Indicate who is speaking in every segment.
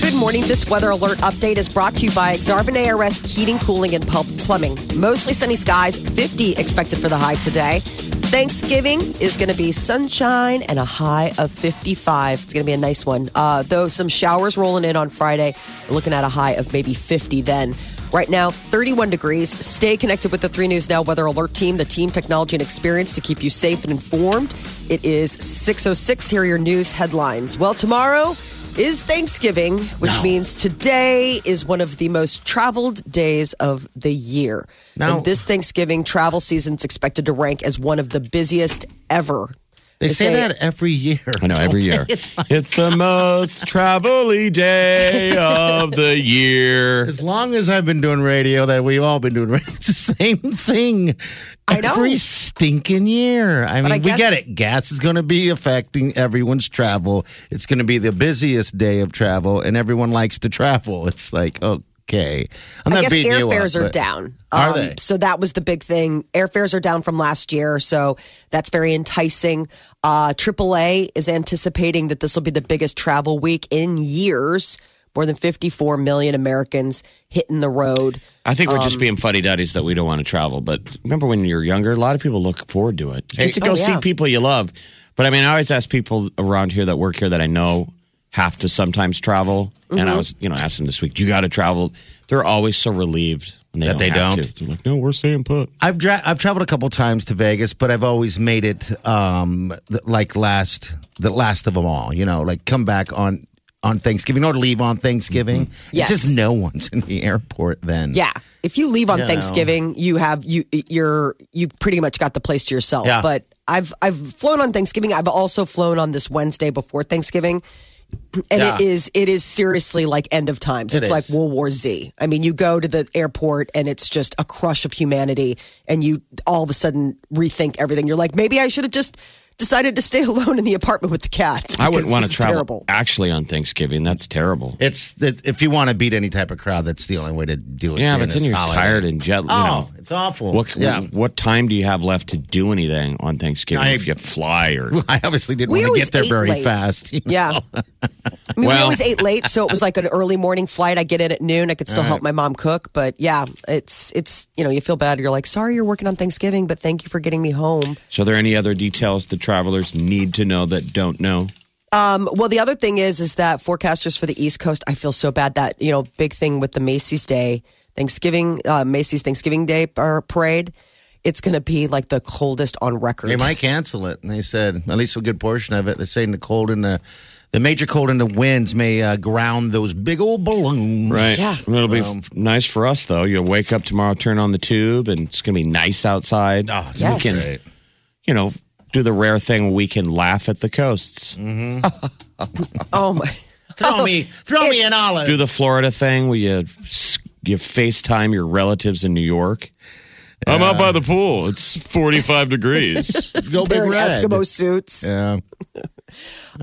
Speaker 1: Good morning. This weather alert update is brought to you by Xarban ARS Heating, Cooling, and Pub- Plumbing. Mostly sunny skies, 50 expected for the high today. Thanksgiving is going to be sunshine and a high of 55. It's going to be a nice one. Uh, though some showers rolling in on Friday, we're looking at a high of maybe 50 then. Right now, 31 degrees. Stay connected with the 3 News Now Weather Alert team, the team technology and experience to keep you safe and informed. It is 6.06. Here are your news headlines. Well, tomorrow is Thanksgiving, which means today is one of the most traveled days of the year.
Speaker 2: Now-
Speaker 1: and this Thanksgiving travel season is expected to rank as one of the busiest ever.
Speaker 2: They
Speaker 1: They
Speaker 2: say,
Speaker 1: say-
Speaker 2: that every year.
Speaker 3: I know every year.
Speaker 2: It's
Speaker 3: It's,
Speaker 2: like-
Speaker 3: the most travel-y day of the year.
Speaker 2: As long as I've been doing radio, that we've all been doing radio, it's the same thing
Speaker 1: I know.
Speaker 2: every stinking year. I mean,
Speaker 1: I
Speaker 2: we
Speaker 1: guess-
Speaker 2: get it. Gas is going to be affecting everyone's travel. It's going to be the busiest day of travel, and everyone likes to travel. It's like okay, I'm
Speaker 1: I
Speaker 2: not
Speaker 1: guess
Speaker 2: beating you
Speaker 1: airfares
Speaker 2: up,
Speaker 1: are
Speaker 2: but-
Speaker 1: down. Um,
Speaker 2: Are they?
Speaker 1: So that was the big thing. Airfares are down from last year, so that's very enticing. Uh, AAA is anticipating that this will be the biggest travel week in years. More than 54 million Americans hitting the road.
Speaker 3: I think we're just
Speaker 1: Um,
Speaker 3: being funny daddies that we don't want to travel. But remember when you're younger, a lot of people look forward to it. You get to go
Speaker 1: Oh, yeah.
Speaker 3: see people you love. But I mean, I always ask people around here that work here that I know have to sometimes travel.
Speaker 1: Mm-hmm.
Speaker 3: And I was, you know, asked them this week, do you got to travel? They're always so relieved when they
Speaker 2: That
Speaker 3: don't
Speaker 2: they
Speaker 3: have
Speaker 2: don't.
Speaker 3: to. They're like, no, we're staying put.
Speaker 2: I've dra- I've traveled a couple times to Vegas, but I've always made it um th- like last the last of them all. You know, like come back on on Thanksgiving or leave on Thanksgiving.
Speaker 1: Mm-hmm. Yes.
Speaker 2: It's just no one's in the airport then.
Speaker 1: Yeah. If you leave on
Speaker 2: You know.
Speaker 1: Thanksgiving, you have you you're you pretty much got the place to yourself.
Speaker 2: Yeah.
Speaker 1: But I've I've flown on Thanksgiving. I've also flown on this Wednesday before Thanksgiving. And it
Speaker 2: Yeah.
Speaker 1: is it is seriously like end of times.
Speaker 2: It
Speaker 1: it's like
Speaker 2: is.
Speaker 1: World War Z. I mean, you go to the airport and it's just a crush of humanity and you all of a sudden rethink everything. You're like, maybe I should have just decided to stay alone in the apartment with the cat.
Speaker 3: I wouldn't
Speaker 1: because
Speaker 3: want to
Speaker 1: this is
Speaker 3: travel
Speaker 1: Terrible.
Speaker 3: actually on Thanksgiving. That's terrible.
Speaker 2: It's it, if you want to beat any type of crowd, that's the only way to do it.
Speaker 3: yeah, but
Speaker 2: this
Speaker 3: then you're
Speaker 2: holiday.
Speaker 3: tired and jet. You
Speaker 2: Oh,
Speaker 3: know.
Speaker 2: it's awful.
Speaker 3: What,
Speaker 2: yeah.
Speaker 3: what time do you have left to do anything on Thanksgiving
Speaker 2: I-
Speaker 3: if you fly or
Speaker 2: I obviously didn't
Speaker 1: We
Speaker 2: want to
Speaker 1: always
Speaker 2: get there
Speaker 1: ate
Speaker 2: very
Speaker 1: late.
Speaker 2: fast. you know?
Speaker 1: Yeah. I mean, we
Speaker 3: Well-
Speaker 1: always ate late, so it was like an early morning flight. I get in at noon. I could still help my mom cook, but yeah, it's it's you know you feel bad. You're like, sorry, you're working on Thanksgiving, but thank you for getting me home.
Speaker 3: So, are there any other details the travelers need to know that don't know?
Speaker 1: Um, Well, the other thing is, is that forecasters for the East Coast, I feel so bad that, you know, big thing with the Macy's Day, Thanksgiving, uh, Macy's Thanksgiving Day par- parade, it's going to be like the coldest on record.
Speaker 2: They might cancel it. And they said, at least a good portion of it. They're saying the cold and the the major cold and the winds may uh, ground those big old balloons.
Speaker 3: Right.
Speaker 1: Yeah.
Speaker 3: It'll be f- nice for us, though. You'll wake up tomorrow, turn on the tube, and it's going to be nice outside.
Speaker 2: Oh, it's
Speaker 1: Yes.
Speaker 2: gonna be
Speaker 3: Can- You know, do the rare thing we can laugh at the coasts.
Speaker 1: Oh, my.
Speaker 2: Throw me, throw me an olive.
Speaker 3: Do the Florida thing where you, s- you FaceTime your relatives in New York. Um, I'm out by the pool. It's 45 degrees.
Speaker 2: Go big
Speaker 1: They're in
Speaker 2: red.
Speaker 1: Eskimo suits.
Speaker 2: Yeah.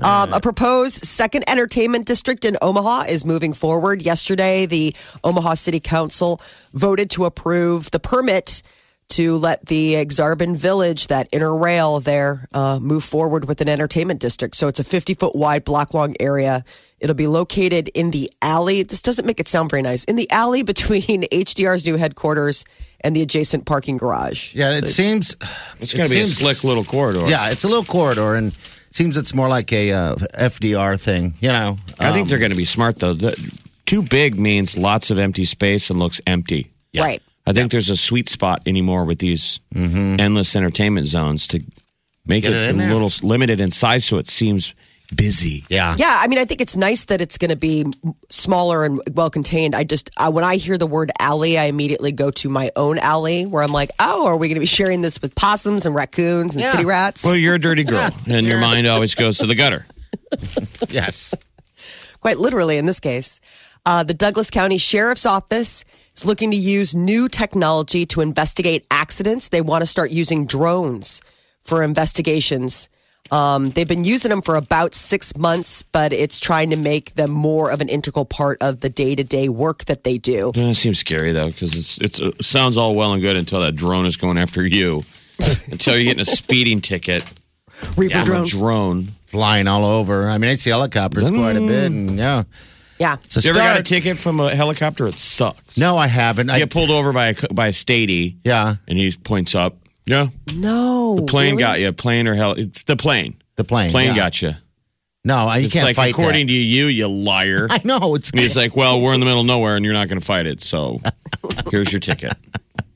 Speaker 1: Um, a proposed second entertainment district in Omaha is moving forward. Yesterday, the Omaha City Council voted to approve the permit to let the Exarban Village, that inner rail there, uh, move forward with an entertainment district. So it's a 50 foot wide, block long area. It'll be located in the alley. This doesn't make it sound very nice. In the alley between HDR's new headquarters and the adjacent parking garage.
Speaker 2: Yeah, it seems.
Speaker 3: It's going to be a slick little corridor.
Speaker 2: Yeah, it's a little corridor, and seems it's more like a uh, FDR thing. You know, Uh,
Speaker 3: I think they're going to be smart, though. The, too big means lots of empty space and looks empty.
Speaker 1: Right.
Speaker 3: I think there's a sweet spot anymore with these endless entertainment zones to make
Speaker 2: Get
Speaker 3: Mm-hmm. it,
Speaker 2: it
Speaker 3: a
Speaker 2: in there.
Speaker 3: little limited in size so it seems busy.
Speaker 2: Yeah.
Speaker 1: Yeah, I mean, I think it's nice that it's going to be smaller and well contained. I just, I, when I hear the word alley, I immediately go to my own alley where I'm like, oh, are we going to be sharing this with possums and raccoons and
Speaker 2: Yeah.
Speaker 1: city rats?
Speaker 3: Well, you're a dirty girl, and your mind always goes to the gutter.
Speaker 2: Yes.
Speaker 1: Quite literally in this case. Uh, the Douglas County Sheriff's Office is looking to use new technology to investigate accidents. They want to start using drones for investigations. Um, they've been using them for about six months, but it's trying to make them more of an integral part of the day to day work that they do.
Speaker 3: Yeah, it seems scary though, because it's it's it sounds all well and good until that drone is going after you, until you're getting a speeding ticket.
Speaker 1: Reaper
Speaker 3: from
Speaker 1: drone.
Speaker 3: a drone.
Speaker 2: Flying all over. I mean, I see helicopters quite a bit. And yeah.
Speaker 1: yeah.
Speaker 2: It's a
Speaker 3: You ever got
Speaker 2: start.
Speaker 3: a ticket from a helicopter? It sucks.
Speaker 2: no, I haven't. I,
Speaker 3: you get pulled over by a by a statey,
Speaker 2: yeah.
Speaker 3: and he points up. Yeah,
Speaker 1: No.
Speaker 3: the plane
Speaker 1: really?
Speaker 3: got you. Plane or hell? The plane.
Speaker 2: The plane.
Speaker 3: Plane
Speaker 2: yeah.
Speaker 3: got you.
Speaker 2: No, I, you
Speaker 3: It's
Speaker 2: can't
Speaker 3: like
Speaker 2: fight
Speaker 3: according to you, you liar.
Speaker 2: that. I know. It's
Speaker 3: And he's like, "Well, we're in the middle of nowhere, and you're not going to fight it. So here's your ticket."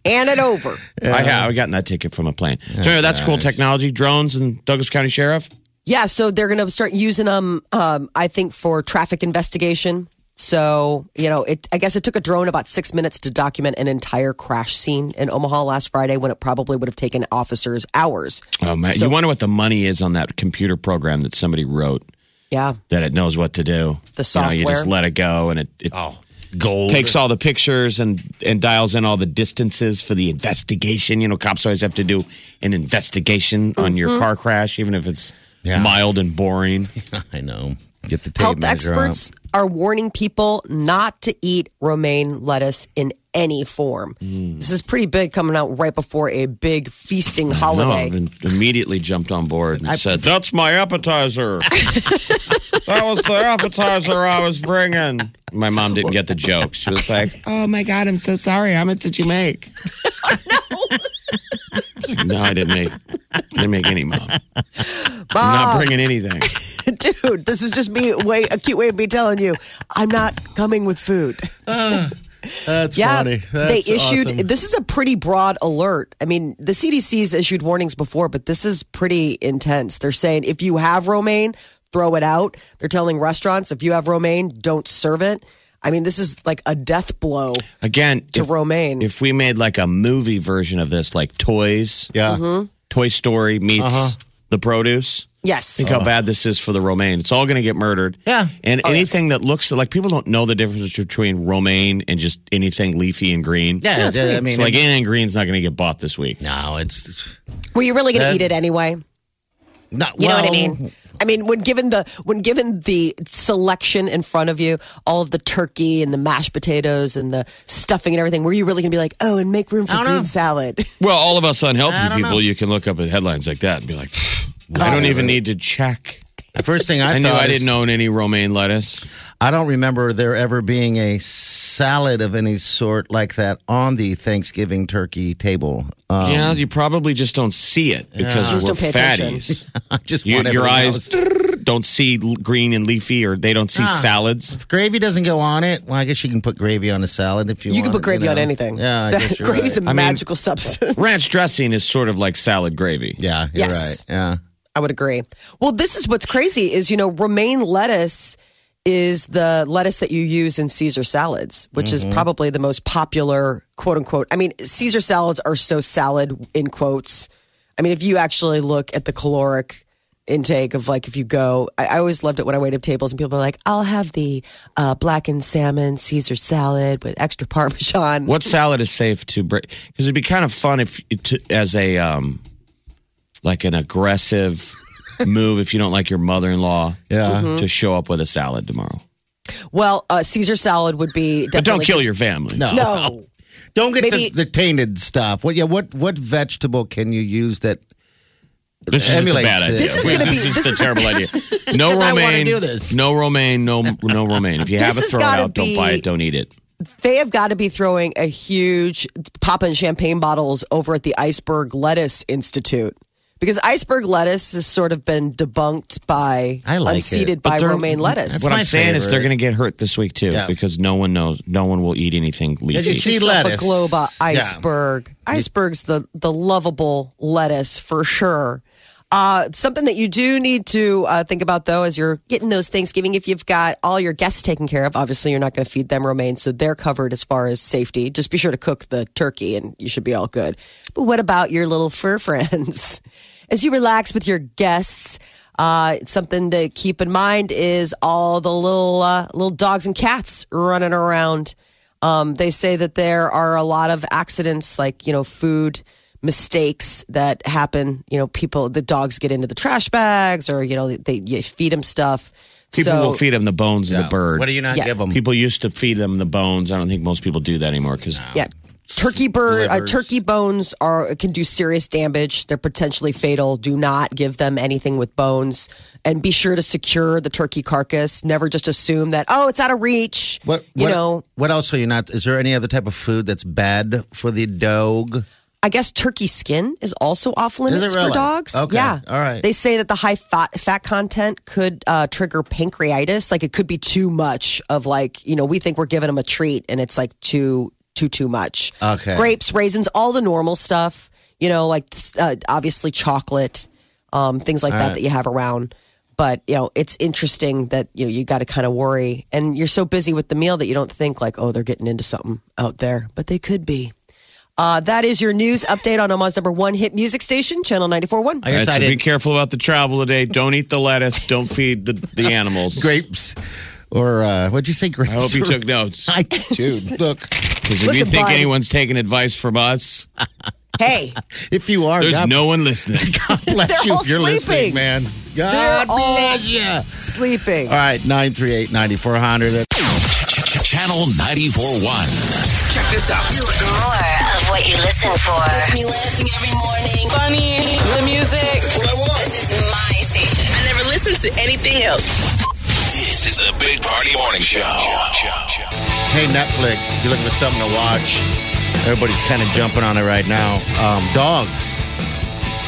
Speaker 1: And it over.
Speaker 3: I have I've gotten that ticket from a plane. So anyway, that's cool technology. Drones and Douglas County Sheriff.
Speaker 1: Yeah, so they're going to start using them, um, I think, for traffic investigation. So, you know, it, I guess it took a drone about six minutes to document an entire crash scene in Omaha last Friday when it probably would have taken officers hours.
Speaker 3: Oh man, you wonder what the money is on that computer program that somebody wrote
Speaker 1: Yeah.
Speaker 3: that it knows what to do.
Speaker 1: The
Speaker 3: You, know, you just
Speaker 1: software.
Speaker 3: let it go, and it, it
Speaker 2: oh, gold.
Speaker 3: takes all the pictures and and dials in all the distances for the investigation. You know, cops always have to do an investigation on your car crash, even if it's
Speaker 2: Mm-hmm. Yeah.
Speaker 3: mild and boring.
Speaker 2: I know. Get the tape
Speaker 1: Health
Speaker 2: measure out.
Speaker 1: experts are warning people not to eat romaine lettuce in any form.
Speaker 3: Mm.
Speaker 1: This is pretty big coming out right before a big feasting holiday.
Speaker 3: No, and immediately jumped on board and said, "That's my appetizer." that was the appetizer I was bringing. My mom didn't get the joke. She was like,
Speaker 4: Oh my God, I'm so sorry. How much did you make?
Speaker 3: "No, I didn't make didn't make any mom. I'm not bringing anything."
Speaker 1: dude, this is just me way a cute way of me telling you, I'm not coming with food.
Speaker 2: That's
Speaker 1: Yeah,
Speaker 2: funny.
Speaker 1: they
Speaker 2: That's
Speaker 1: issued.
Speaker 2: awesome.
Speaker 1: This is a pretty broad alert. I mean, the CDC's issued warnings before, but this is pretty intense. They're saying if you have romaine, throw it out. They're telling restaurants if you have romaine, don't serve it. I mean, this is like a death blow.
Speaker 3: Again,
Speaker 1: To
Speaker 3: if-
Speaker 1: romaine.
Speaker 3: If we made like a movie version of this, like Toys,
Speaker 2: yeah.
Speaker 1: Mm-hmm.
Speaker 3: Toy Story meets the produce.
Speaker 1: Yes,
Speaker 3: Think how bad this is for the romaine. It's all going to get murdered.
Speaker 2: Yeah.
Speaker 3: And anything that looks like people don't know the difference between romaine and just anything leafy and green.
Speaker 2: Yeah,
Speaker 1: Yeah, it's
Speaker 2: I
Speaker 1: pretty-
Speaker 2: mean,
Speaker 3: It's like anything green's not going to get bought this week.
Speaker 2: no, it's- it's
Speaker 1: were you really going to
Speaker 2: That-
Speaker 1: eat it anyway?
Speaker 2: not.
Speaker 1: You know what I
Speaker 2: well,
Speaker 1: mean? I mean, when given the when given the selection in front of you, all of the turkey and the mashed potatoes and the stuffing and everything, were you really gonna be like, oh, and make room for
Speaker 2: I don't
Speaker 1: green
Speaker 2: know.
Speaker 1: salad?
Speaker 3: Well, all of us unhealthy
Speaker 2: don't
Speaker 3: people,
Speaker 2: know.
Speaker 3: you can look up at headlines like that and be like, "Pfft, I don't even need to check.
Speaker 2: The first thing I,
Speaker 3: I knew
Speaker 2: thought
Speaker 3: I
Speaker 2: is-
Speaker 3: didn't own any romaine lettuce.
Speaker 2: I don't remember there ever being a salad of any sort like that on the Thanksgiving turkey table. Um,
Speaker 3: yeah, you probably just don't see it because
Speaker 1: Just
Speaker 3: we're
Speaker 1: don't pay attention.
Speaker 3: fatties.
Speaker 2: I just
Speaker 3: You-
Speaker 2: want
Speaker 3: your
Speaker 2: everything
Speaker 3: eyes
Speaker 2: else.
Speaker 3: don't see l- green and leafy, or they don't see
Speaker 2: Ah.
Speaker 3: salads.
Speaker 2: If gravy doesn't go on it, well, I guess you can put gravy on a salad if you.
Speaker 1: You
Speaker 2: want,
Speaker 1: can put gravy on
Speaker 2: know.
Speaker 1: anything.
Speaker 2: Yeah, I
Speaker 1: That-
Speaker 2: guess you're
Speaker 1: gravy's
Speaker 2: right.
Speaker 1: a magical substance.
Speaker 3: Ranch dressing is sort of like salad gravy.
Speaker 2: yeah, you're
Speaker 1: Yes.
Speaker 2: right. Yeah.
Speaker 1: I would agree. Well, this is what's crazy is you know romaine lettuce is the lettuce that you use in Caesar salads, which
Speaker 3: Mm-hmm.
Speaker 1: is probably the most popular quote unquote. I mean, Caesar salads are so salad in quotes. I mean, if you actually look at the caloric intake of like if you go, I, I always loved it when I waited tables and people were like, "I'll have the uh, blackened salmon Caesar salad with extra parmesan."
Speaker 3: What salad is safe to break? Because it'd be kind of fun if, to, as a, um, like an aggressive move, if you don't like your mother-in-law,
Speaker 2: Yeah.
Speaker 1: Mm-hmm.
Speaker 3: to show up with a salad tomorrow.
Speaker 1: Well, uh, Caesar salad would be,
Speaker 3: But don't
Speaker 1: definitely-
Speaker 3: kill your family.
Speaker 2: No.
Speaker 1: No.
Speaker 2: Don't get
Speaker 1: Maybe-
Speaker 2: the, the tainted stuff. What? Yeah. What? What vegetable can you use that?
Speaker 3: This is just a
Speaker 2: Emulates
Speaker 3: bad
Speaker 2: it.
Speaker 3: idea.
Speaker 2: This
Speaker 1: is gonna be-
Speaker 3: this is just
Speaker 1: this
Speaker 3: a terrible idea. No
Speaker 2: I wanna
Speaker 3: romaine.
Speaker 2: do this.
Speaker 3: No romaine. No no romaine. If you have it,
Speaker 1: This has
Speaker 3: throw it
Speaker 1: gotta
Speaker 3: out. Don't buy
Speaker 1: be-
Speaker 3: it. Don't eat it.
Speaker 1: they have got to be throwing a huge pop and champagne bottles over at the Iceberg Lettuce Institute because iceberg lettuce has sort of been debunked by
Speaker 2: I like it.
Speaker 1: unseeded by
Speaker 3: But they're-
Speaker 1: romaine lettuce.
Speaker 2: That's
Speaker 3: what I'm
Speaker 2: my
Speaker 3: saying is they're going
Speaker 2: favorite.
Speaker 3: to get hurt this week too
Speaker 2: Yeah.
Speaker 3: because no one knows. No one will eat anything
Speaker 2: As you
Speaker 3: leafy.
Speaker 2: see
Speaker 1: Yourself
Speaker 2: lettuce.
Speaker 1: A globa
Speaker 2: Yeah.
Speaker 1: iceberg. Iceberg's the the lovable lettuce for sure. Uh, something that you do need to uh, think about though, as you're getting those Thanksgiving, if you've got all your guests taken care of, obviously you're not going to feed them romaine, so they're covered as far as safety. Just be sure to cook the turkey, and you should be all good. But what about your little fur friends? As you relax with your guests, uh, something to keep in mind is all the little uh, little dogs and cats running around. Um, they say that there are a lot of accidents, like you know, food mistakes that happen. You know, people the dogs get into the trash bags, or you know, they you feed them stuff.
Speaker 3: People
Speaker 1: so
Speaker 3: will feed them the bones of the bird.
Speaker 2: What do you not
Speaker 1: Yeah.
Speaker 2: give them?
Speaker 3: People used to feed them the bones. I don't think most people do that anymore because
Speaker 1: yeah. Turkey bird, uh,
Speaker 2: Livers.
Speaker 1: turkey bones are can do serious damage. They're potentially fatal. Do not give them anything with bones, and be sure to secure the turkey carcass. Never just assume that oh, it's out of reach.
Speaker 2: What,
Speaker 1: you
Speaker 2: what-
Speaker 1: know,
Speaker 2: What else are you not? Is there any other type of food that's bad for the dog?
Speaker 1: I guess turkey skin is also off limits
Speaker 2: really?
Speaker 1: for dogs.
Speaker 2: Okay.
Speaker 1: Yeah.
Speaker 2: All right.
Speaker 1: They say that the high fat, fat content could uh, trigger pancreatitis. Like it could be too much of like, you know, we think we're giving them a treat and it's like too, too, too much.
Speaker 2: Okay.
Speaker 1: Grapes, raisins, all the normal stuff, you know, like uh, obviously chocolate, um, things like that that you have around. But, you know, it's interesting that, you know, you got to kind of worry. And you're so busy with the meal that you don't think like, oh, they're getting into something out there, but they could be. Uh, that is your news update on Omaha's number one hit music station, Channel 94.1.
Speaker 2: I
Speaker 3: All right,
Speaker 2: guess I
Speaker 3: so be
Speaker 2: did
Speaker 3: careful about the travel today. Don't eat the lettuce. Don't feed the, the animals.
Speaker 2: grapes or uh, what'd you say? Grapes.
Speaker 3: I hope you
Speaker 2: or-
Speaker 3: took notes.
Speaker 2: I, dude, look.
Speaker 3: Because if you
Speaker 1: Listen,
Speaker 3: think
Speaker 1: bud.
Speaker 3: anyone's taking advice from us,
Speaker 1: Hey,
Speaker 2: If you are,
Speaker 3: there's
Speaker 2: God,
Speaker 3: no one listening.
Speaker 2: God bless
Speaker 1: They're
Speaker 2: you.
Speaker 1: all
Speaker 2: if You're listening,
Speaker 1: sleeping.
Speaker 2: man. God
Speaker 1: They're all-
Speaker 2: bless you. All
Speaker 1: sleeping.
Speaker 2: right, nine three eight ninety four hundred.
Speaker 5: Channel 94.1.
Speaker 6: Check this out.
Speaker 7: More of what you listen for. Gets me laughing every morning. Funny. The music. This is my station. I never listen to anything else.
Speaker 5: This is the Big Party Morning Show.
Speaker 2: Hey Netflix, if you're looking for something to watch, everybody's kind of jumping on it right now. Um, dogs.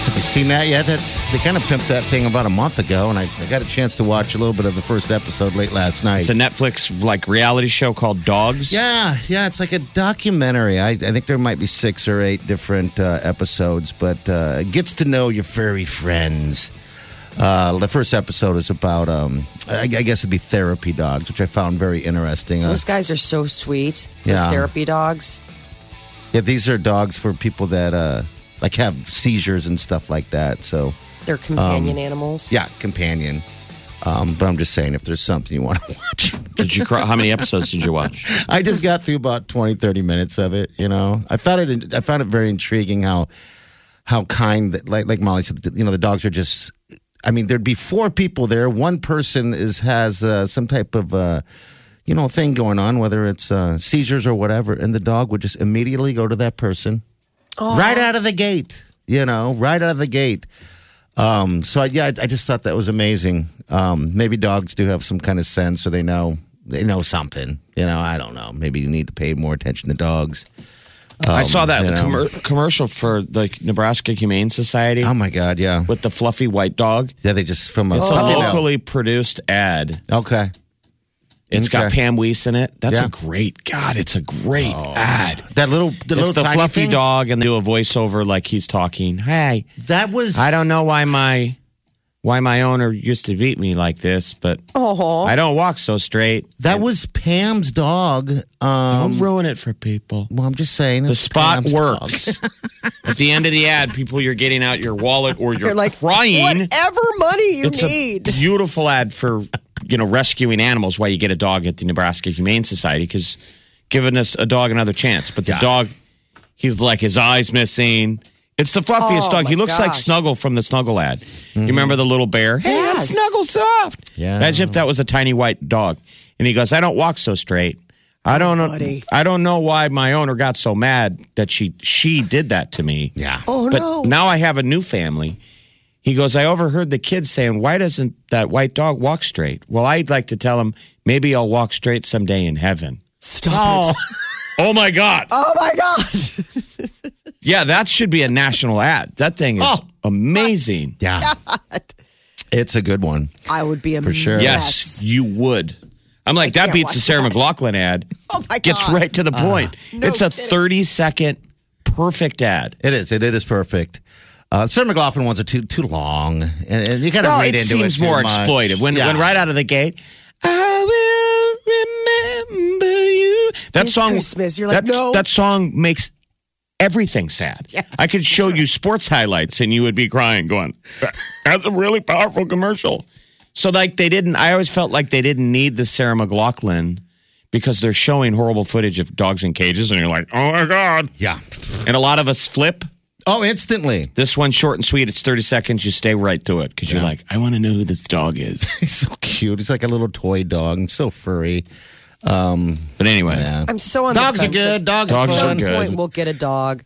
Speaker 2: Have you seen that yet? That's they kind of pimped that thing about a month ago, and I, I got a chance to watch a little bit of the first episode late last night.
Speaker 3: It's a Netflix like reality show called Dogs.
Speaker 2: Yeah, yeah, it's like a documentary. I, I think there might be six or eight different uh, episodes, but uh, it gets to know your furry friends. Uh, the first episode is about, um, I, I guess it'd be therapy dogs, which I found very interesting. Uh,
Speaker 1: Those guys are so sweet. Those
Speaker 2: Yeah.
Speaker 1: therapy dogs.
Speaker 2: yeah, these are dogs for people that uh, like have seizures and stuff like that. So,
Speaker 1: They're companion animals.
Speaker 2: Um, yeah, companion. Um, but I'm just saying, if there's something you want to watch,
Speaker 3: Did you? Cry? How many episodes did you watch?
Speaker 2: I just got through about 20, 30 minutes of it. You know, I thought it. I found it very intriguing how how kind that like like Molly said. You know, the dogs are just. I mean, there'd be four people there. One person is has uh, some type of. Uh, you know, thing going on, whether it's uh, seizures or whatever, and the dog would just immediately go to that person right out of the gate. You know, right out of the gate. Um, so I, yeah, I, I just thought that was amazing. Um, maybe dogs do have some kind of sense, or they know they know something. You know, I don't know. Maybe you need to pay more attention to dogs.
Speaker 3: I saw that
Speaker 2: Um, you know.
Speaker 3: commer- commercial for the Nebraska Humane Society
Speaker 2: Oh my God, yeah,
Speaker 3: with the fluffy white dog.
Speaker 2: yeah. They just from a
Speaker 3: It's a
Speaker 2: puppy mill.
Speaker 3: locally produced ad.
Speaker 2: Okay,
Speaker 3: It's got
Speaker 2: Okay.
Speaker 3: Pam Weiss in it. That's
Speaker 2: Yeah. Oh.
Speaker 3: a great God. It's a great ad.
Speaker 2: that little, the little
Speaker 3: it's the
Speaker 2: tiny
Speaker 3: fluffy
Speaker 2: thing?
Speaker 3: dog, and they do a voiceover like he's talking. Hey,
Speaker 2: That was
Speaker 3: I don't know why my why my owner used to beat me like this, but I don't walk so straight.
Speaker 2: That was Pam's dog. Um,
Speaker 3: Don't ruin it for people.
Speaker 2: well, I'm just saying
Speaker 3: The
Speaker 2: it's
Speaker 3: spot
Speaker 2: Pam's dog.
Speaker 3: works. At the end of the ad, people, you're getting out your wallet or you're
Speaker 1: They're like,
Speaker 3: crying.
Speaker 1: whatever money you
Speaker 3: It's a
Speaker 1: need.
Speaker 3: beautiful ad for you know rescuing animals. Why you get a dog at the Nebraska Humane Society because giving us a dog another chance. But the
Speaker 2: Yeah.
Speaker 3: dog, he's like his eyes missing. It's the fluffiest
Speaker 1: Oh,
Speaker 3: dog. He
Speaker 1: my
Speaker 3: looks like
Speaker 1: gosh. Mm-hmm.
Speaker 3: Snuggle from the Snuggle ad. You remember the little bear? Hey, I'm
Speaker 1: Yes.
Speaker 3: Snuggle Soft.
Speaker 2: Yeah.
Speaker 3: Imagine if that was a tiny white dog, and he goes, "I don't walk so straight.
Speaker 1: Oh,
Speaker 3: I don't know. I don't know why my owner got so mad that she she did that to me.
Speaker 2: Yeah.
Speaker 1: Oh,
Speaker 3: But
Speaker 1: no.
Speaker 3: now I have a new family. He goes, I overheard the kids saying, Why doesn't that white dog walk straight? Well, I'd like to tell him, Maybe I'll walk straight someday in heaven.
Speaker 1: Stop it.
Speaker 3: Oh my God.
Speaker 1: Oh, my God.
Speaker 3: Yeah, that should be a national ad. That thing is
Speaker 2: Oh.
Speaker 3: amazing.
Speaker 2: Yeah, it's a good one.
Speaker 1: I would be a
Speaker 2: For sure.
Speaker 3: Yes, you would. I'm like, that
Speaker 1: can't
Speaker 3: beats the
Speaker 1: watch
Speaker 3: Sarah
Speaker 1: that.
Speaker 3: McLaughlin ad.
Speaker 1: Oh, my
Speaker 3: Gets
Speaker 1: God.
Speaker 3: right to the point. it's a 30 second perfect ad.
Speaker 2: It is. It, it is perfect. Uh, Sarah McLaughlin ones are too too long, and, and you kind of
Speaker 3: No,
Speaker 2: read
Speaker 3: it
Speaker 2: into
Speaker 3: seems
Speaker 2: it too
Speaker 3: more
Speaker 2: much.
Speaker 3: exploitive. When,
Speaker 2: Yeah.
Speaker 3: when right out of the gate, I will remember you. That
Speaker 1: This
Speaker 3: song,
Speaker 1: Christmas. You're like,
Speaker 3: that,
Speaker 1: no.
Speaker 3: That song makes everything sad. I could show you sports highlights and you would be crying, going, "That's a really powerful commercial." So, like, they didn't. I always felt like they didn't need the Sarah McLaughlin because they're showing horrible footage of dogs in cages, and you're like, "Oh my god!"
Speaker 2: yeah.
Speaker 3: And a lot of us flip.
Speaker 2: Oh, instantly.
Speaker 3: This one's short and sweet. It's 30 seconds. You stay right through it because you're like, I want to know who this dog is.
Speaker 2: He's so cute. He's like a little toy dog, and so furry.
Speaker 3: But anyway,
Speaker 1: I'm so on
Speaker 2: Dogs
Speaker 1: the
Speaker 2: are
Speaker 1: fence.
Speaker 2: good. Dogs,
Speaker 3: Dogs
Speaker 2: are
Speaker 3: are
Speaker 1: At some
Speaker 2: fun.
Speaker 3: good.
Speaker 1: point, we'll get a dog.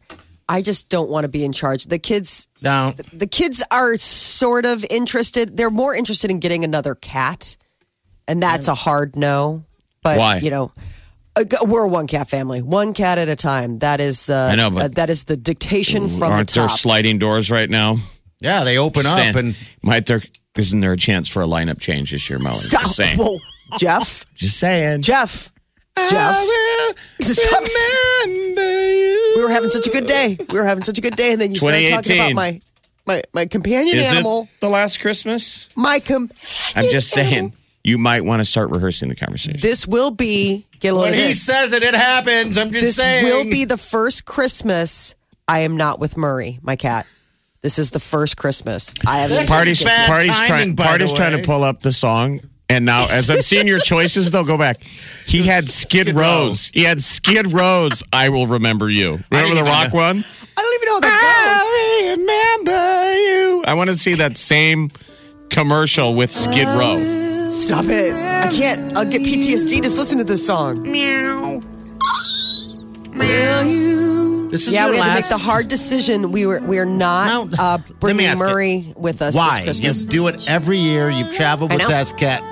Speaker 1: I just don't want to be in charge. The kids,
Speaker 2: No.
Speaker 1: the kids are sort of interested. They're more interested in getting another cat, and that's a hard no. But
Speaker 3: Why?
Speaker 1: you know, uh, we're a one cat family, one cat at a time. That is the
Speaker 3: I know, but-
Speaker 1: uh, that is the dictation from
Speaker 3: aren't
Speaker 1: the
Speaker 3: there
Speaker 1: top.
Speaker 3: sliding doors right now?
Speaker 2: Yeah, they open
Speaker 3: Saying-
Speaker 2: up and
Speaker 3: might there isn't there a chance for a lineup change this year, Molly?
Speaker 1: Stop.
Speaker 3: Just saying.
Speaker 1: Whoa, Jeff,
Speaker 3: Just saying.
Speaker 1: Jeff, Jeff. Stop. We were having such a good day. We were having such a good day, and then you started talking about
Speaker 3: 2018.
Speaker 1: my my my companion
Speaker 3: Is
Speaker 1: animal.
Speaker 3: it the last Christmas?
Speaker 1: My com.
Speaker 3: I'm just saying. You might want to start rehearsing the conversation.
Speaker 1: This will be get a load
Speaker 2: when
Speaker 1: of
Speaker 2: he
Speaker 1: this.
Speaker 2: says it, it happens. I'm just
Speaker 1: This
Speaker 2: saying.
Speaker 1: will be the first Christmas I am not with Murray, my cat. This is the first Christmas I have.
Speaker 2: This
Speaker 3: Party's
Speaker 2: is bad
Speaker 3: party's
Speaker 2: timing,
Speaker 3: trying
Speaker 2: by the
Speaker 3: party's trying to
Speaker 2: way.
Speaker 3: pull up the song. And now, as I'm seeing your choices, they'll go back. He had Skid,
Speaker 2: Skid Row.
Speaker 3: Rows. He had Skid Rows. I will remember you. Remember the
Speaker 2: even
Speaker 3: rock
Speaker 2: know.
Speaker 3: one?
Speaker 1: I don't even know how
Speaker 2: Ah.
Speaker 1: that
Speaker 3: I remember you. I want to see that same commercial with Skid Row.
Speaker 1: goes. Stop it! I can't. I'll get PTSD just listen to this song.
Speaker 2: This is
Speaker 1: Yeah,
Speaker 2: your
Speaker 1: we had to make
Speaker 2: last.
Speaker 1: the hard decision. We were we are not
Speaker 2: Now,
Speaker 1: uh,
Speaker 2: let me
Speaker 1: bringing
Speaker 2: ask you.
Speaker 1: Murray with us
Speaker 2: Why?
Speaker 1: this
Speaker 2: You
Speaker 1: Christmas.
Speaker 2: do it every year. You've traveled
Speaker 1: I
Speaker 2: with
Speaker 1: know.
Speaker 2: that cat.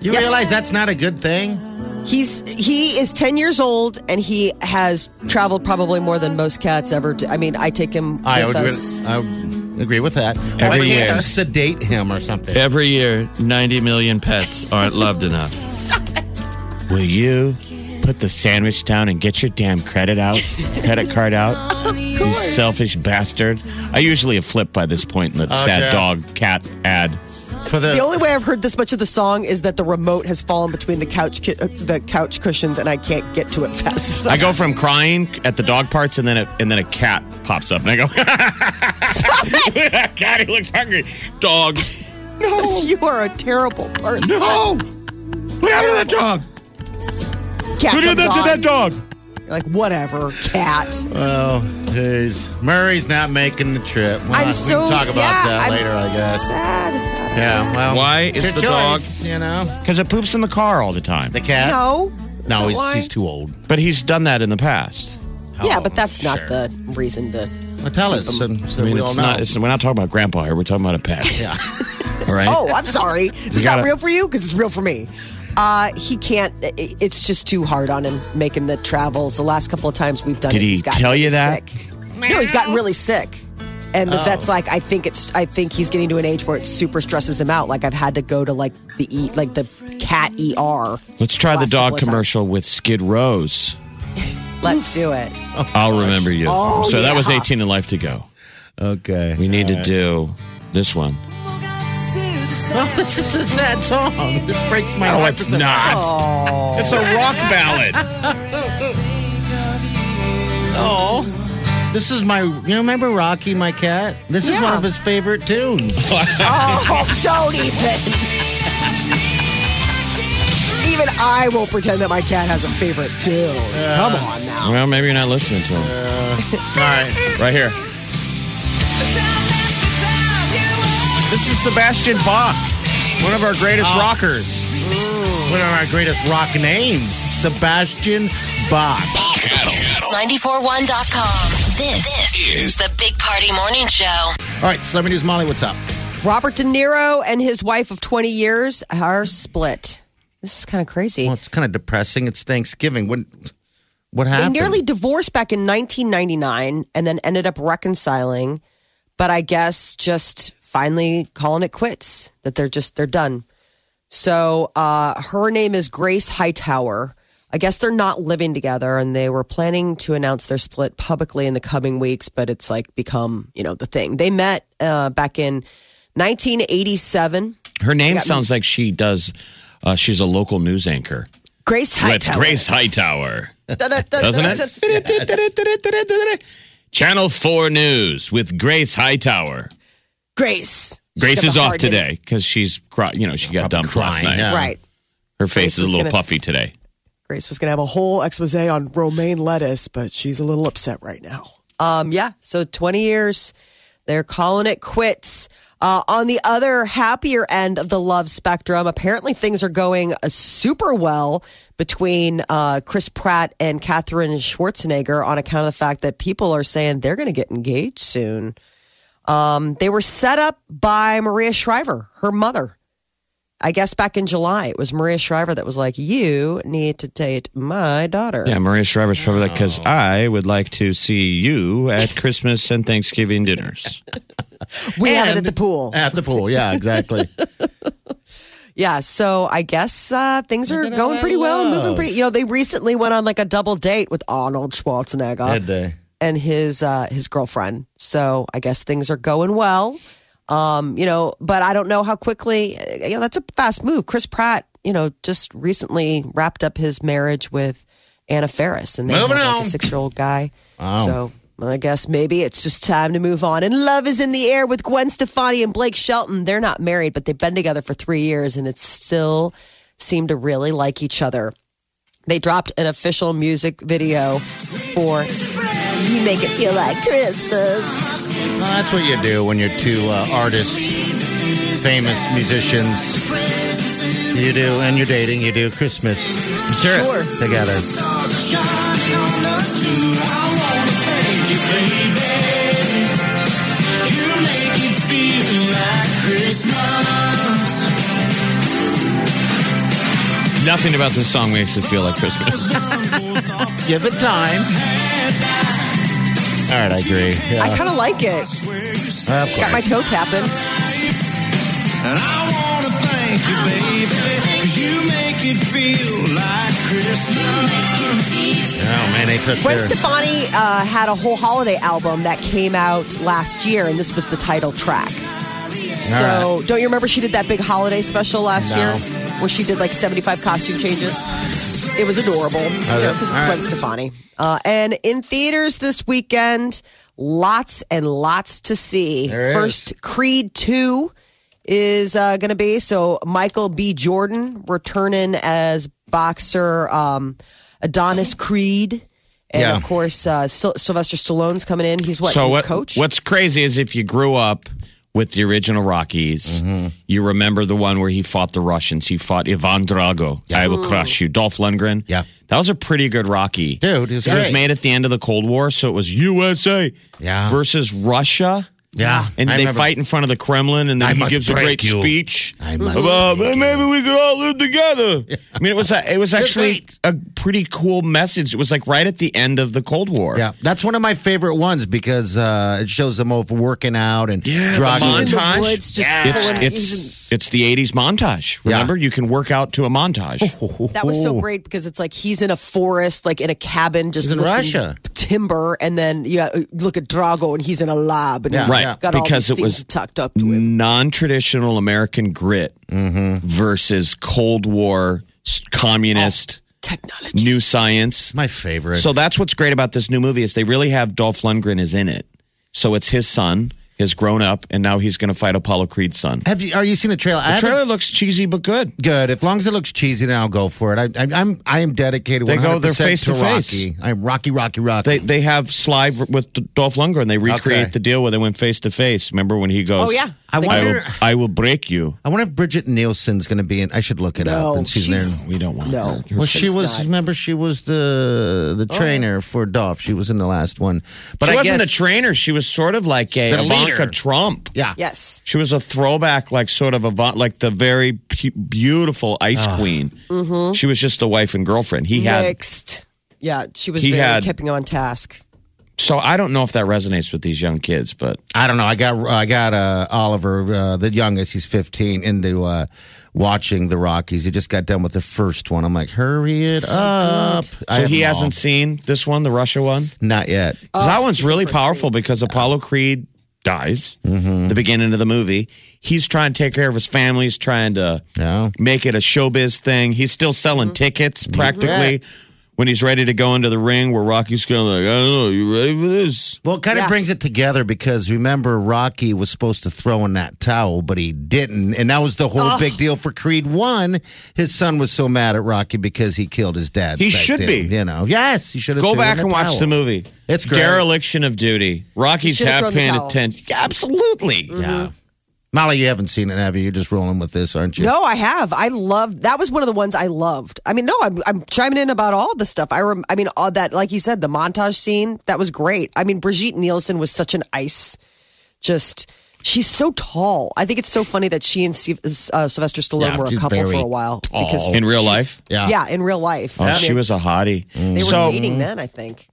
Speaker 2: You
Speaker 1: Yes.
Speaker 2: realize that's not a good thing?
Speaker 1: He's he is ten years old and he has traveled probably more than most cats ever. Do. I mean, I take him
Speaker 2: I
Speaker 1: with
Speaker 2: would,
Speaker 1: us.
Speaker 2: I would agree with that.
Speaker 3: Every
Speaker 2: Why can't
Speaker 3: year.
Speaker 2: you sedate him or something.
Speaker 3: Every year, 90 million pets aren't loved enough. Stop it. Will you put the sandwich down and get your damn credit out? credit card out? You selfish bastard. I usually have flipped by this point in the sad
Speaker 2: yeah.
Speaker 3: dog cat ad.
Speaker 2: For the,
Speaker 1: The only way I've heard this much of the song is that the remote has fallen between the couch cu- uh, the couch cushions and I can't get to it fast.
Speaker 3: I go from crying at the dog parts and then a, and then a cat pops up and I go, God, he looks hungry. Dog.
Speaker 1: you are a terrible person.
Speaker 3: No! What happened to that dog?
Speaker 1: Cat
Speaker 3: Who
Speaker 1: comes
Speaker 3: did that to
Speaker 1: on.
Speaker 3: that dog?
Speaker 1: You're like whatever, cat.
Speaker 2: oh, jeez. Murray's not making the trip. Well,
Speaker 1: I'm
Speaker 2: we
Speaker 1: so-
Speaker 2: can talk about
Speaker 1: yeah,
Speaker 2: that
Speaker 1: I'm-
Speaker 2: later, I guess.
Speaker 1: Sad.
Speaker 2: Yeah, well.
Speaker 3: Why?
Speaker 2: It's
Speaker 3: It's
Speaker 2: your
Speaker 3: the dog.
Speaker 2: choice, You know?
Speaker 3: Because it poops in the car all the time.
Speaker 2: The cat?
Speaker 1: No.
Speaker 2: No,
Speaker 1: Is that
Speaker 2: he's,
Speaker 1: why?
Speaker 2: he's too old.
Speaker 3: But he's done that in the past.
Speaker 1: Yeah, but that's not
Speaker 2: Sure.
Speaker 1: the Um, reason to.
Speaker 2: Well, tell us. So, so
Speaker 3: I mean,
Speaker 2: we all
Speaker 3: it's
Speaker 2: know.
Speaker 3: not. It's, we're not talking about grandpa here. We're talking about a pet.
Speaker 2: yeah.
Speaker 3: All right.
Speaker 1: Oh, I'm sorry. Is this
Speaker 3: gotta-
Speaker 1: not real for you? Because it's real for me. Uh, he can't. i- i- It's just too hard on him making the travels. The last couple of times we've done
Speaker 3: Did
Speaker 1: it,
Speaker 3: he
Speaker 1: he's gotten
Speaker 3: tell you
Speaker 1: really
Speaker 3: that? Oh.
Speaker 1: sick. No, he's gotten really sick, and the vet's like, I think it's. I think he's getting to an age where it super stresses him out. Like I've had to go to like the e, like the cat ER.
Speaker 3: Let's try the
Speaker 1: Last couple
Speaker 3: dog
Speaker 1: of times.
Speaker 3: commercial with Skid Row's.
Speaker 1: Let's do it.
Speaker 3: I'll remember you.
Speaker 1: Oh,
Speaker 3: so that was
Speaker 1: yeah.
Speaker 3: 18 and life to go.
Speaker 2: Okay.
Speaker 3: We need to do this one.
Speaker 2: Well, this is a sad song. This breaks my heart. It's a-
Speaker 1: Oh,
Speaker 3: It's a rock ballad.
Speaker 2: Oh. This is my. You remember Rocky, my cat? This is
Speaker 1: Yeah.
Speaker 2: one of his favorite tunes.
Speaker 1: Oh, don't even. Even I won't pretend that my cat has a favorite too. Come on now.
Speaker 3: well, maybe you're not listening to him.
Speaker 2: All right.
Speaker 3: Right here. This is Sebastian Bach, one of our greatest
Speaker 2: Oh.
Speaker 3: rockers.
Speaker 2: One of our greatest rock names, Sebastian Bach.
Speaker 5: Channel, channel
Speaker 7: 941.com. This, this is the Big Party Morning Show.
Speaker 2: All right, Celebrity News Molly, what's up?
Speaker 1: Robert De Niro and his wife of 20 years are split. This is kind of crazy.
Speaker 2: Well, it's kind of depressing. It's Thanksgiving. What, what happened?
Speaker 1: They nearly divorced back in 1999 and then ended up reconciling, but I guess just finally calling it quits that they're just they're done. So uh, her name is Grace Hightower. I guess they're not living together and they were planning to announce their split publicly in the coming weeks, but it's like become, you know, the thing. They met uh, back in 1987.
Speaker 3: Her name sounds like she does. Uh, she's a local news anchor.
Speaker 1: Grace
Speaker 3: With
Speaker 1: Hightower.
Speaker 3: Grace Hightower, doesn't
Speaker 1: Doesn't
Speaker 3: it? Channel Four News with Grace Hightower.
Speaker 1: Grace.
Speaker 3: Grace
Speaker 1: She's got
Speaker 3: is
Speaker 1: the
Speaker 3: off
Speaker 1: hard hit.
Speaker 3: today because she's, cry- you know, she got dumped last
Speaker 2: crying,
Speaker 3: night.
Speaker 2: yeah.
Speaker 1: Right.
Speaker 3: Her face
Speaker 1: Grace
Speaker 3: is
Speaker 1: was
Speaker 3: a little
Speaker 1: gonna-
Speaker 3: puffy today.
Speaker 6: Grace was going to have a whole expose on romaine lettuce, but she's a little upset right now.
Speaker 1: Um, yeah. So 20 years, they're calling it quits. Uh, on the other happier end of the love spectrum, apparently things are going uh, super well between uh, Chris Pratt and Katherine Schwarzenegger on account of the fact that people are saying they're going to get engaged soon. Um, they were set up by Maria Shriver, her mother. I guess back in July, it was Maria Shriver that was like, You need to date my daughter.
Speaker 3: Yeah, Maria Shriver's probably like, because I would like to see you at Christmas and Thanksgiving dinners.
Speaker 6: We have it
Speaker 2: And-
Speaker 6: at the pool.
Speaker 2: At the pool. Yeah, exactly.
Speaker 1: Yeah, so I guess uh, things are
Speaker 2: at all
Speaker 1: going
Speaker 2: that
Speaker 1: pretty well,
Speaker 2: love.
Speaker 1: moving pretty. You know, they recently went on like a double date with Arnold Schwarzenegger
Speaker 2: Did they?
Speaker 1: and his uh, his girlfriend. So I guess things are going well. Um, you know, but I don't know how quickly. You know, that's a fast move. Chris Pratt, you know, just recently wrapped up his marriage with Anna Ferris, and they
Speaker 2: Moving
Speaker 1: have like
Speaker 2: on.
Speaker 1: a six year old guy.
Speaker 2: Wow.
Speaker 1: So. I guess maybe it's just time to move on. And love is in the air with Gwen Stefani and Blake Shelton. They're not married, but they've been together for three years and it still seemed to really like each other. They dropped an official music video for You Make It Feel Like Christmas.
Speaker 2: Well, that's what you do when you're two uh, artists, famous musicians. You do, and you're dating. You do Christmas
Speaker 3: Sure.
Speaker 2: together.
Speaker 3: Nothing about this song makes it feel like Christmas.
Speaker 2: Give it time. All right, I agree. Yeah,
Speaker 1: I kind of like it.
Speaker 2: of
Speaker 1: Got my
Speaker 2: course.
Speaker 1: toe tapping.
Speaker 8: And I want to thank you, baby, 'cause you make it feel like Christmas.
Speaker 2: oh man, they took
Speaker 1: Gwen
Speaker 2: their.
Speaker 1: Stefani uh, had a whole holiday album that came out last year, and this was the title track. So, don't you remember she did that big holiday special last
Speaker 2: No.
Speaker 1: year where she did like 75 costume changes? It was adorable because
Speaker 2: Okay.
Speaker 1: it's
Speaker 2: All
Speaker 1: Gwen
Speaker 2: right.
Speaker 1: Stefani. Uh, and in theaters this weekend, lots and lots to see.
Speaker 2: There is.
Speaker 1: First, Creed 2 is uh, going to be. So Michael B. Jordan returning as boxer um, Adonis Creed. And
Speaker 2: Yeah.
Speaker 1: of course, uh, Syl- Sylvester Stallone's coming in. He's what?
Speaker 3: so
Speaker 1: he's
Speaker 3: what,
Speaker 1: coach?
Speaker 3: what's crazy is if you grew up with the original Rockies,
Speaker 2: Mm-hmm.
Speaker 3: you remember the one where he fought the Russians. He fought Ivan Drago. I will crush you. Dolph Lundgren.
Speaker 2: Yeah.
Speaker 3: That was a pretty good Rocky.
Speaker 2: Dude, it was
Speaker 3: it was
Speaker 2: great.
Speaker 3: made at the end of the Cold War, so it was USA
Speaker 2: Yeah.
Speaker 3: versus Russia.
Speaker 2: yeah,
Speaker 3: And
Speaker 2: I
Speaker 3: they
Speaker 2: remember-
Speaker 3: fight in front of the Kremlin, and then
Speaker 2: I
Speaker 3: he
Speaker 2: must
Speaker 3: gives a
Speaker 2: break
Speaker 3: great
Speaker 2: you.
Speaker 3: speech
Speaker 2: I must
Speaker 3: about
Speaker 2: break
Speaker 3: maybe we could all live together. I mean, it was a, it was actually
Speaker 2: Great.
Speaker 3: a pretty cool message. It was like right at the end of the Cold War.
Speaker 2: Yeah, that's one of my favorite ones because uh, it shows them both working out and
Speaker 3: Yeah, the
Speaker 2: drugs.
Speaker 3: montage.
Speaker 1: woods just
Speaker 3: it's
Speaker 1: pulling-
Speaker 3: it's it's the '80s montage. Remember, you can work out to a montage.
Speaker 2: Oh,
Speaker 1: That was so great because it's like he's in a forest, like in a cabin, just
Speaker 2: He's in
Speaker 1: lifting
Speaker 2: Russia.
Speaker 1: timber, and then you uh, look at Drago, and he's in a lab, and he's
Speaker 3: Right,
Speaker 1: got all
Speaker 3: because
Speaker 1: these
Speaker 3: it was
Speaker 1: things tucked up to him.
Speaker 3: Non-traditional American grit
Speaker 2: Mm-hmm.
Speaker 3: versus Cold War s- communist
Speaker 2: Oh.
Speaker 1: Technology.
Speaker 3: new science.
Speaker 2: My favorite.
Speaker 3: So that's what's great about this new movie is they really have Dolph Lundgren is in it. So it's his son, his grown up, and now he's going to fight Apollo Creed's son.
Speaker 2: have you? Are you seen the trailer? I
Speaker 3: The
Speaker 2: haven't-
Speaker 3: trailer looks cheesy but good.
Speaker 2: good. If long as it looks cheesy, then I'll go for it. I, I, I'm I am dedicated.
Speaker 3: They go,
Speaker 2: 100%
Speaker 3: they're face
Speaker 2: to
Speaker 3: to face.
Speaker 2: Rocky. I'm Rocky, Rocky, Rocky.
Speaker 3: They they have Sly v- with D- Dolph Lundgren. They recreate
Speaker 2: Okay.
Speaker 3: the deal where they went face to face. Remember when he goes?
Speaker 1: Oh, yeah.
Speaker 3: I,
Speaker 2: I
Speaker 3: will,
Speaker 2: wonder.
Speaker 3: I will break you.
Speaker 2: I wonder if Bridget Nielsen's going to be in. I should look it up.
Speaker 1: No,
Speaker 2: And she's,
Speaker 1: she's-
Speaker 2: there.
Speaker 3: We don't want.
Speaker 1: No.
Speaker 3: her.
Speaker 2: Well, she
Speaker 1: she's
Speaker 2: was.
Speaker 1: not. Oh.
Speaker 2: Remember, she was the the trainer for Dolph. She was in the last one, but
Speaker 3: she
Speaker 2: I
Speaker 3: wasn't
Speaker 2: guess,
Speaker 3: a trainer. She was sort of like a
Speaker 2: The
Speaker 3: Ivanka
Speaker 2: leader.
Speaker 3: Trump.
Speaker 2: Yeah,
Speaker 1: Yes.
Speaker 3: She was a throwback, like sort of Ivan, like the very pu- beautiful Ice
Speaker 2: Ah.
Speaker 3: Queen. Mm-hmm. She was just the wife and girlfriend. He had
Speaker 1: Mixed. Yeah, she was
Speaker 3: He
Speaker 1: very
Speaker 3: had-
Speaker 1: keeping on task.
Speaker 3: So I don't know if that resonates with these young kids, but
Speaker 2: I don't know. I got I got uh, Oliver, uh, the youngest. He's 15, into uh, watching the Rockies. He just got done with the first one. I'm like, hurry it up! I
Speaker 3: so
Speaker 2: have Oh,
Speaker 3: he
Speaker 2: them
Speaker 3: hasn't seen this one, the Russia one.
Speaker 2: all. Not yet.
Speaker 3: 'Cause that one's really powerful because Apollo Creed dies
Speaker 2: Mm-hmm.
Speaker 3: the beginning of the movie. He's trying to take care of his family. He's trying to
Speaker 2: No.
Speaker 3: make it a showbiz thing. He's still selling
Speaker 1: Mm-hmm.
Speaker 3: tickets practically. When he's ready to go into the ring, where Rocky's going like, I don't know, you ready for this?
Speaker 2: Well, it kind of brings it together because remember, Rocky was supposed to throw in that towel, but he didn't. And that was the whole big deal for Creed 1. His son was so mad at Rocky because he killed his dad.
Speaker 3: He
Speaker 2: back
Speaker 3: should
Speaker 2: then,
Speaker 3: be.
Speaker 2: You know, yes, he should have
Speaker 3: Go
Speaker 2: threw in
Speaker 3: back
Speaker 2: the
Speaker 3: and watch
Speaker 2: towel.
Speaker 3: the movie.
Speaker 2: It's great.
Speaker 3: dereliction of duty. Rocky's
Speaker 1: Should've
Speaker 3: half
Speaker 1: thrown the
Speaker 3: paying
Speaker 1: towel.
Speaker 3: attention. Absolutely.
Speaker 2: Yeah. Molly, you haven't seen it, have you? You're just rolling with this, aren't you?
Speaker 1: No, I have. I love that was one of the ones I loved. I mean, no, I'm, I'm chiming in about all the stuff. I rem, I mean, all that, like you said, the montage scene that was great. I mean, Brigitte Nielsen was such an ice. Just she's so tall. I think it's so funny that she and Sy- uh, Sylvester Stallone
Speaker 2: Yeah,
Speaker 1: were a
Speaker 2: she's
Speaker 1: couple
Speaker 2: very
Speaker 1: for a while
Speaker 2: tall.
Speaker 3: In real
Speaker 1: she's-
Speaker 3: life?
Speaker 2: Yeah.
Speaker 1: yeah, in real life.
Speaker 3: Oh,
Speaker 1: I
Speaker 3: she
Speaker 1: mean, Mm.
Speaker 3: was a hottie.
Speaker 1: They were
Speaker 3: so, Mm.
Speaker 1: dating then, I think.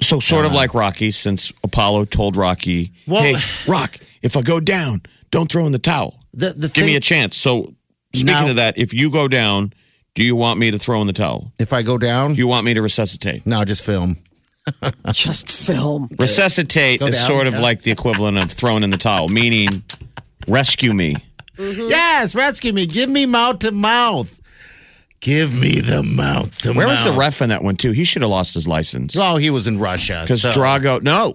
Speaker 3: so sort of like Rocky, since Apollo told Rocky,
Speaker 2: Well-
Speaker 3: "Hey, Rock, if I go down, don't throw in the towel.
Speaker 2: The, the
Speaker 3: Give me
Speaker 2: thing-
Speaker 3: a chance." So, speaking
Speaker 2: Now-
Speaker 3: of that, if you go down, do you want me to throw in the towel?
Speaker 2: If I go down,
Speaker 3: Do you want me to resuscitate?
Speaker 2: no, just film.
Speaker 1: Just film.
Speaker 3: Resuscitate
Speaker 2: Go
Speaker 3: is
Speaker 2: down,
Speaker 3: sort of
Speaker 2: yeah.
Speaker 3: like the equivalent of throwing in the towel, meaning rescue me.
Speaker 2: Yes, rescue me. Give me mouth to mouth. Give me the mouth to
Speaker 3: Where
Speaker 2: mouth.
Speaker 3: was the ref in that one too? He should have lost his license
Speaker 2: Oh, he was in Russia.
Speaker 3: because
Speaker 2: so-
Speaker 3: Drago. No,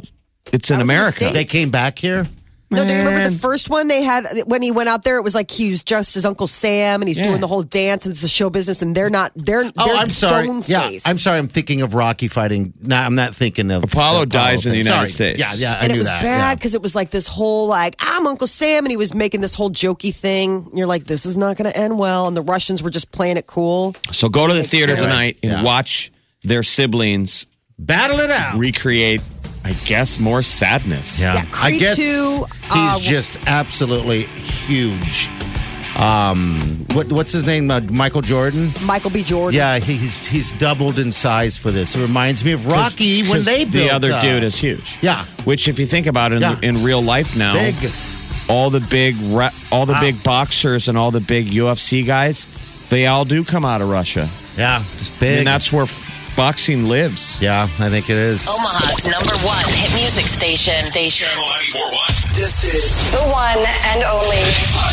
Speaker 3: it's in
Speaker 1: That was a
Speaker 3: America.
Speaker 1: mistake.
Speaker 2: They came back here?
Speaker 1: No, do you remember the
Speaker 3: Man.
Speaker 1: first one they had when he went out there? It was like he was just his uncle Sam, and he's
Speaker 3: Yeah.
Speaker 1: doing the whole dance, and it's the show business, and they're not. They're
Speaker 2: Oh,
Speaker 1: they're
Speaker 2: I'm sorry.
Speaker 1: Stone
Speaker 2: Yeah,
Speaker 1: faced.
Speaker 2: I'm sorry. I'm thinking of Rocky fighting. No, I'm not thinking of
Speaker 3: Apollo dies in the United
Speaker 2: Sorry.
Speaker 3: States.
Speaker 2: Yeah, yeah, I
Speaker 1: and
Speaker 2: knew
Speaker 1: it was
Speaker 2: that.
Speaker 1: bad
Speaker 2: yeah.
Speaker 1: because it was like this whole like I'm Uncle Sam, and he was making this whole jokey thing. And you're like, this is not going to end well, and the Russians were just playing it cool.
Speaker 3: So go to the theater tonight and
Speaker 2: Yeah.
Speaker 3: watch their siblings
Speaker 2: Battle it out.
Speaker 3: recreate, I guess, more sadness.
Speaker 2: Yeah,
Speaker 1: Yeah,
Speaker 2: I
Speaker 1: Creed
Speaker 2: guess
Speaker 1: two, uh,
Speaker 2: he's just absolutely huge. Um, what what's his name? Uh, Michael Jordan.
Speaker 1: Michael B. Jordan.
Speaker 2: Yeah, he- he's he's doubled in size for this. It reminds me of
Speaker 3: 'Cause-
Speaker 2: Rocky when
Speaker 3: 'cause
Speaker 2: they built
Speaker 3: the other
Speaker 2: up.
Speaker 3: dude is huge.
Speaker 2: Yeah.
Speaker 3: which if you think about it in,
Speaker 2: Yeah.
Speaker 3: in real life now,
Speaker 2: big.
Speaker 3: all the big ra- all the big boxers and all the big UFC guys, they all do come out of Russia,
Speaker 2: Yeah, it's big.
Speaker 3: and that's where f- boxing lives.
Speaker 2: yeah, I think it is.
Speaker 7: Omaha's number one hit music station. Station.
Speaker 5: Channel 941.
Speaker 7: The one and only.